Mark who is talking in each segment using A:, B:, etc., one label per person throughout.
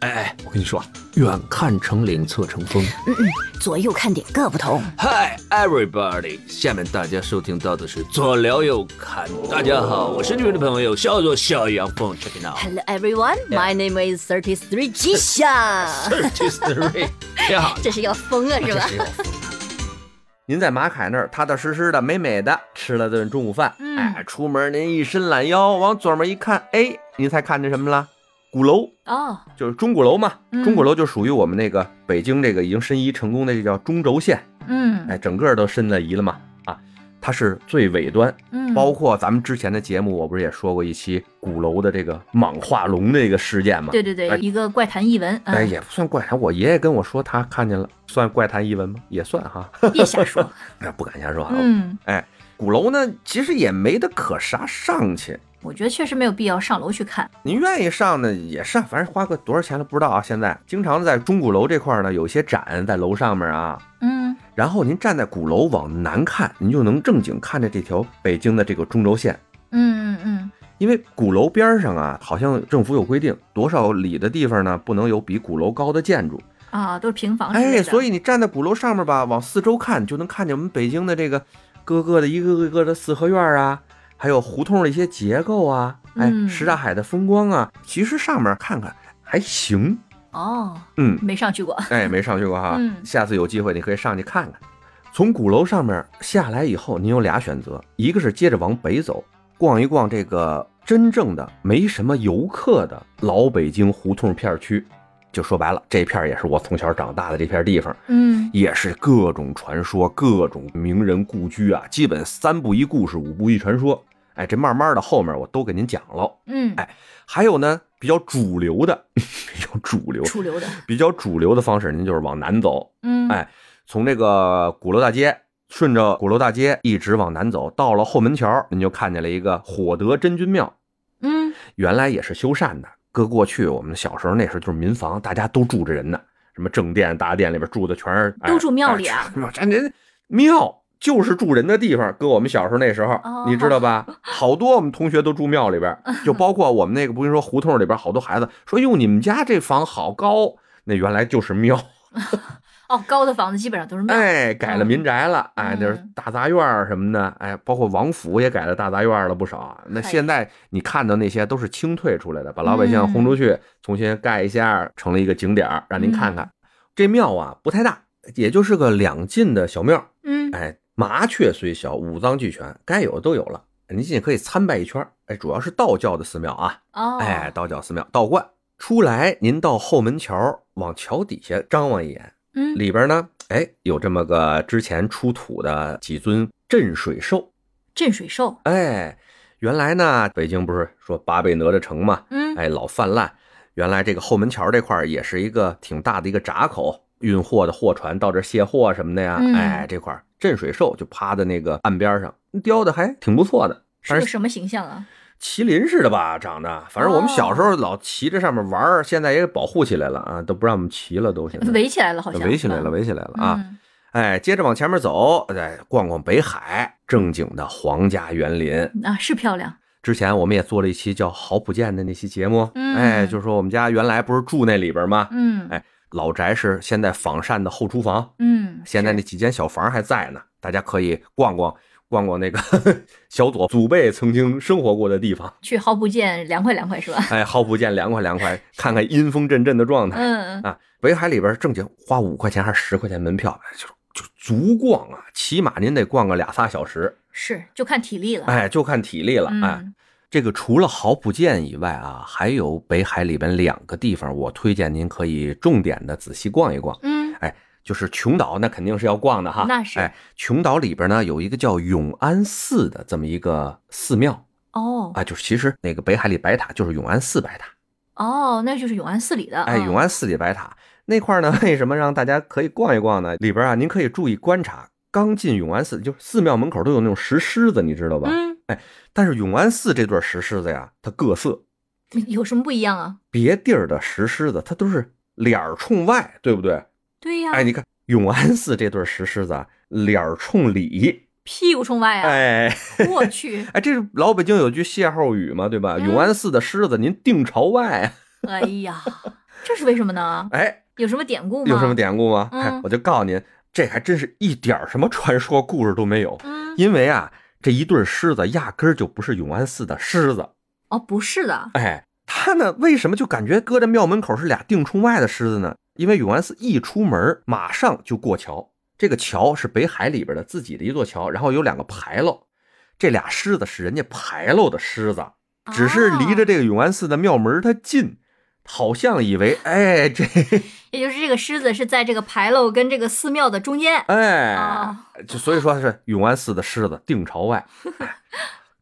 A: 哎哎，我跟你说啊，远看成岭，侧成峰。
B: 嗯嗯，左右看点各不同。
A: Hi everybody，下面大家收听到的是左聊右侃。大家好，我是你们的朋友，叫做小杨凤，check it out。
B: Hello everyone, my name is Thirty Three G 夏。
A: Thirty three，你好，
B: 这是要疯了
A: 哎
B: 是吧？
A: 您在马凯那儿踏踏实实的、美美的吃了顿中午饭，
B: 嗯
A: 哎，出门您一伸懒腰，往左面一看，哎，您猜看见什么了？鼓楼，
B: 哦，
A: 就是钟鼓楼嘛。
B: 嗯
A: 钟鼓楼就属于我们那个北京这个已经申遗成功的，这叫中轴线，
B: 嗯
A: 哎，整个都申了遗了嘛。啊，它是最尾端，
B: 嗯，
A: 包括咱们之前的节目，我不是也说过一期鼓楼的这个蟒化龙这个事件嘛？
B: 对对对，一个怪谈译文。
A: 啊哎，
B: 嗯，
A: 也不算怪谈，我爷爷跟我说他看见了，算怪谈一文吗？也算 哈，
B: 别瞎 说。
A: 哎，不敢瞎说啊。
B: 嗯，
A: 鼓楼呢，其实也没得可啥上去，
B: 我觉得确实没有必要上楼去看。
A: 您愿意上呢也上，反正花个多少钱都不知道啊。现在经常在钟鼓楼这块儿呢，有一些展在楼上面啊，
B: 嗯
A: 然后您站在鼓楼往南看，您就能正经看着这条北京的这个中轴线。
B: 嗯嗯
A: 因为鼓楼边儿上啊，好像政府有规定，多少里的地方呢，不能有比鼓楼高的建筑。
B: 嗯，啊，都是平房之类的。
A: 哎，所以你站在鼓楼上面吧，往四周看，就能看见我们北京的这个各个的一个个个的四合院啊，还有胡同的一些结构啊，哎，
B: 嗯
A: 什刹海的风光啊。其实上面看看还行，
B: 哦，
A: 嗯，
B: 没上去过。
A: 哎，没上去过哈，
B: 嗯
A: 下次有机会你可以上去看看。从鼓楼上面下来以后，您有俩选择，一个是接着往北走，逛一逛这个真正的没什么游客的老北京胡同片区。就说白了，这片儿也是我从小长大的这片地方，
B: 嗯
A: 也是各种传说、各种名人故居啊，基本三不一故事，五不一传说。哎，这慢慢的后面我都给您讲喽。
B: 嗯，
A: 哎还有呢，比较主流的， 比较主流，
B: 出流的。
A: 比较主流的方式，您就是往南走，
B: 嗯，
A: 哎从这个鼓楼大街顺着鼓楼大街一直往南走，到了后门桥，您就看见了一个火德真君庙，
B: 嗯
A: 原来也是修缮的。搁过去我们小时候那时候就是民房，大家都住着人呢，什么正殿、大殿里边住的全是，哎
B: 都住庙里啊
A: 哎这这庙就是住人的地方，搁我们小时候那时候，
B: 哦
A: 你知 道吧？好多我们同学都住庙里边，就包括我们那个不是说胡同里边好多孩子说哟，你们家这房好高，那原来就是庙。
B: 哦，高的房子基本上都是庙。
A: 哎，改了
B: 嗯
A: 民宅了，哎，就是
B: 嗯
A: 大杂院儿什么的，哎，包括王府也改了大杂院儿了不少。那
B: 嘿
A: 现在你看到那些都是清退出来的，把老百姓
B: 嗯
A: 轰出去，重新盖一下，成了一个景点儿，让您看看。这庙啊不太大，也就是个两进的小庙，
B: 嗯
A: 哎，麻雀虽小，五脏俱全，该有的都有了。您进去可以参拜一圈儿，哎，主要是道教的寺庙啊，
B: 哦，
A: 哎，道教寺庙道观。出来，您到后门桥，往桥底下张望一眼，
B: 嗯
A: 里边呢，哎，有这么个之前出土的几尊镇水兽。
B: 镇水兽。
A: 哎，原来呢，北京不是说八贝哪吒城嘛，
B: 嗯
A: 哎，老泛滥。原来这个后门桥这块儿也是一个挺大的一个闸口，运货的货船到这儿卸货什么的呀。
B: 嗯
A: 哎，这块儿镇水兽就趴在那个岸边上，雕的还挺不错的，
B: 是个什么形象啊？
A: 麒麟似的吧，长得。反正我们
B: 哦
A: 小时候老骑着上面玩儿，现在也保护起来了啊，都不让我们骑了，都现在
B: 围起来了，好像
A: 呃围起来了，
B: 是吧
A: 围起来了啊。
B: 嗯
A: 哎，接着往前面走，再逛逛北海，正经的皇家园林。
B: 啊，是漂亮。
A: 之前我们也做了一期叫“好普建”的那期节目，
B: 嗯
A: 哎，就是说我们家原来不是住那里边吗？
B: 嗯
A: 哎老宅是现在仿膳的后厨房，
B: 嗯，
A: 现在那几间小房还在呢，大家可以逛逛逛逛那个 小左祖辈曾经生活过的地方。
B: 去毫不见凉快凉快是吧？
A: 哎，好普建凉快凉快，看看阴风阵阵的状态。
B: 嗯
A: 啊，北海里边正经花五块钱还是十块钱门票，哎就就足逛啊，起码您得逛个俩仨小时，
B: 是，就看体力了。
A: 哎，就看体力了，哎。
B: 嗯
A: 这个除了好普建以外啊，还有北海里边两个地方，我推荐您可以重点的仔细逛一逛。
B: 嗯
A: 就是琼岛，那肯定是要逛的哈。
B: 那是
A: 哎，琼岛里边呢有一个叫永安寺的这么一个寺庙
B: 哦
A: 啊，就是其实那个北海里白塔就是永安寺白塔。
B: 哦，那就是永安寺里的。
A: 哎，
B: 嗯
A: 永安寺里白塔那块儿呢， 为什么让大家可以逛一逛呢？里边啊，您可以注意观察。刚进永安寺，就是寺庙门口都有那种石狮子，你知道吧？
B: 嗯，
A: 但是永安寺这对石狮子呀，它各色，
B: 有什么不一样啊？
A: 别地儿的石狮子它都是脸儿冲外，对不对？
B: 对呀，
A: 哎，你看永安寺这对石狮子啊，脸儿冲里，
B: 屁股冲外啊！
A: 哎
B: 我去，
A: 哎，这是老北京有句歇后语嘛，对吧？
B: 嗯
A: 永安寺的狮子您定朝外，
B: 哎呀，
C: 这是为什么呢？
A: 啊哎，
C: 有什么典故吗？
A: 有什么？典故吗？
C: 嗯
A: 哎，我就告诉您，这还真是一点儿什么传说故事都没有，
C: 嗯，
A: 因为啊，这一对狮子压根儿就不是永安寺的狮子。
C: 哦，不是的，
A: 哎，他呢，为什么就感觉搁在庙门口是俩定冲外的狮子呢？因为永安寺一出门，马上就过桥。这个桥是北海里边的自己的一座桥，然后有两个牌楼，这俩狮子是人家牌楼的狮子，只是离着
C: 这，
A: 这个永安寺的庙门它近，好像以为哎这
C: 也就是这个狮子是在这个牌楼跟这个寺庙的中间。
A: 哎
C: 啊，
A: 就所以说是永安寺的狮子定朝外，哎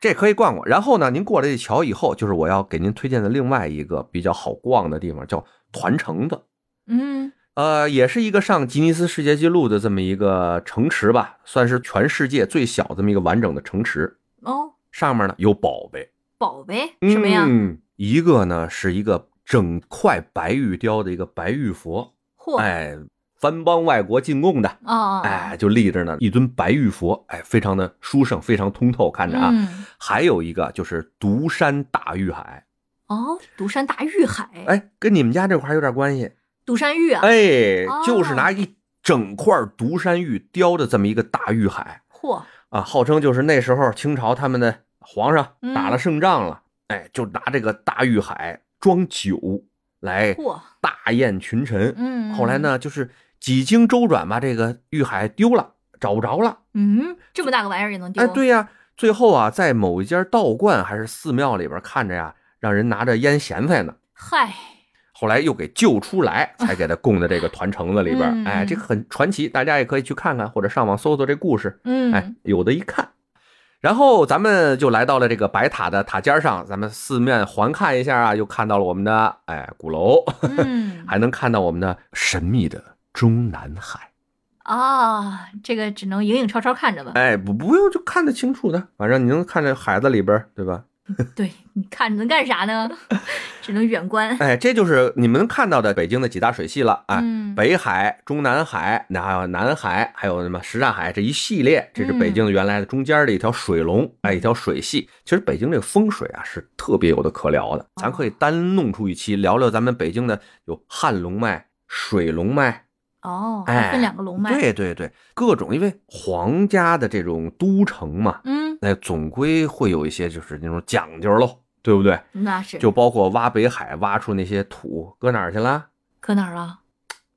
A: 这可以逛逛。然后呢，您过了这桥以后，就是我要给您推荐的另外一个比较好逛的地方，叫团城子。
C: 嗯，
A: 呃，也是一个上吉尼斯世界纪录的这么一个城池吧，算是全世界最小这么一个完整的城池。
C: 哦，
A: 上面呢有宝贝，
C: 宝贝什么呀？
A: 嗯，一个呢是一个整块白玉雕的一个白玉佛，
C: 嚯，
A: 哎，番邦外国进贡的，
C: 哦哦，哦，
A: 哎，就立着呢一尊白玉佛，哎，非常的殊胜，非常通透，看着啊。
C: 嗯，
A: 还有一个就是独山大玉海，
C: 哦，独山大玉海，
A: 哎，跟你们家这块儿有点关系，
C: 独山玉啊，
A: 哎，就是
C: 哦
A: 拿一整块独山玉雕的这么一个大玉海
C: 嚯，
A: 啊，号称就是那时候清朝他们的皇上
C: 嗯
A: 打了胜仗了，哎，就拿这个大玉海装酒来
C: 嚯，
A: 大宴群臣。
C: 嗯，
A: 后来？呢，就是几经周转吧，这个玉海丢了，找不着了。
C: 嗯，这么大个玩意儿也能丢？
A: 哎，对呀、最后啊，在某一家道观还是寺庙里边看着呀，让人拿着腌咸菜呢。
C: 嗨，
A: 后来又给救出来，才给他供在这个团城子里边儿。
C: 嗯
A: 哎，这个很传奇，大家也可以去看看，或者上网搜搜这故事。
C: 嗯，
A: 哎，有的一看。然后咱们就来到了这个白塔的塔尖儿上，咱们四面环看一下啊，又看到了我们的哎鼓楼，
C: 嗯
A: 还能看到我们的神秘的中南海。
C: 啊，这个只能影影绰绰看着吧。
A: 哎，不不用就看得清楚的，反正你能看着海子里边儿，对吧？
C: 对，你看着能干啥呢？ 只能远观。
A: 哎，这就是你们看到的北京的几大水系了啊，
C: 嗯
A: 北海、中南海，那还有南海，还有什么什刹海这一系列，这是北京原来的中间的一条水龙，
C: 嗯
A: 哎，一条水系。其实北京这个风水啊是特别有的可聊的，
C: 嗯
A: 咱可以单弄出一期聊聊咱们北京的有汉龙脉、水龙脉，
C: 哦，
A: 哎
C: 还分两个龙脉。，
A: 对对对，各种，因为皇家的这种都城嘛，
C: 嗯，
A: 那总归会有一些就是那种讲究喽，对不对？
C: 那是
A: 就包括挖北海挖出那些土，搁哪儿去了？
C: 搁哪儿啊了？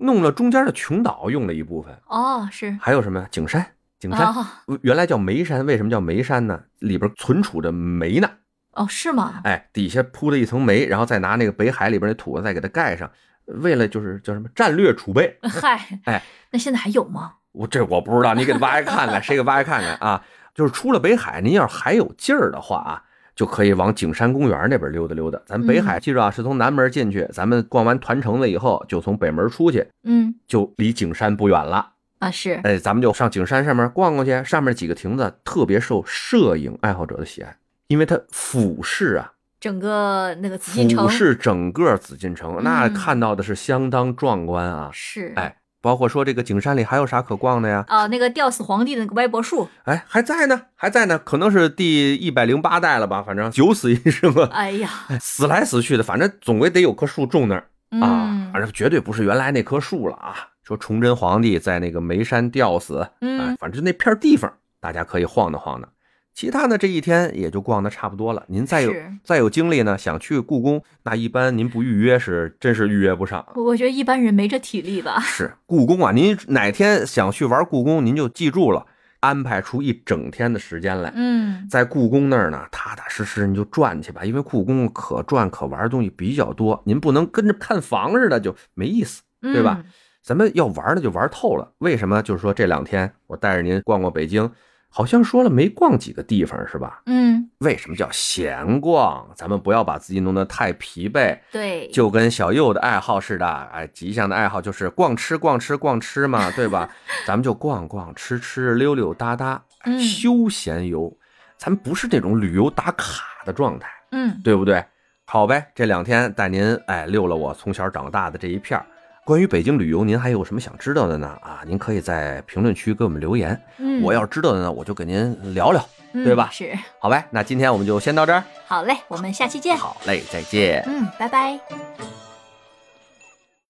A: 弄了中间的琼岛用了一部分，
C: 哦，是
A: 还有什么景山？景山、呃
C: 哦
A: 原来叫煤山，为什么叫煤山呢？里边存储着煤呢，
C: 哦，是吗？
A: 哎，底下铺了一层煤，然后再拿那个北海里边那土再给它盖上，为了就是叫什么战略储备。
C: 嗨，
A: 哎，
C: 那现在还有吗？
A: 我这我不知道，你给挖开看看，谁给挖开看看啊？就是出了北海，您要是还有劲儿的话啊，就可以往景山公园那边溜达溜达。咱北海记住啊，是从南门进去，咱们逛完团城了以后，就从北门出去，
C: 嗯
A: 就离景山不远了。
C: 啊，是
A: 哎，咱们就上景山上面逛逛去。上面几个亭子特别受摄影爱好者的喜爱，因为它俯视啊，
C: 整个那个紫禁城
A: 俯视整个紫禁城，那
C: 嗯
A: 看到的是相当壮观啊。
C: 是
A: 哎，包括说这个景山里还有啥可逛的呀？
C: 啊，那个吊死皇帝的那个歪脖树，
A: 哎，还在呢，还在呢，可能是第一百零八代了吧，反正九死一生 啊，
C: 哎呀，
A: 死来死去的，反正总归得有棵树种那儿啊，
C: 嗯
A: 反正绝对不是原来那棵树了啊。说崇祯皇帝在那个眉山吊死，哎
C: 嗯，，
A: 反正就那片地方，大家可以晃荡晃荡。其他的这一天也就逛的差不多了。您再有
C: 是
A: 再有精力呢，想去故宫，那一般您不预约是真是预约不上。啊
C: 我我觉得一般人没这体力吧。
A: 是故宫啊，您哪天想去玩故宫，您就记住了，安排出一整天的时间来，
C: 嗯，
A: 在故宫那儿呢，踏踏实实你就转去吧，因为故宫可转可玩的东西比较多，您不能跟着看房似的就没意思。对吧
C: 嗯？
A: 咱们要玩的就玩透了。为什么？就是说这两天我带着您逛逛北京，好像说了没逛几个地方是吧？
C: 嗯，
A: 为什么叫闲逛？咱们不要把自己弄得太疲惫，
C: 对，
A: 就跟小右的爱好似的，哎，吉祥的爱好就是逛吃逛吃逛吃嘛，对吧？ 咱们就逛逛吃吃溜溜达达，哎
C: 嗯
A: 休闲游，咱们不是那种旅游打卡的状态。
C: 嗯
A: 对不对？好呗，这两天带您哎溜了我从小长大的这一片儿。关于北京旅游，您还有什么想知道的呢？啊，您可以在评论区给我们留言。
C: 嗯，
A: 我要是知道的呢，我就给您聊聊，
C: 嗯
A: 对吧
C: 是，
A: 好呗。那今天我们就先到这儿，
C: 嗯好嘞，我们下期见。
A: 好嘞，再见。
C: 嗯，拜拜。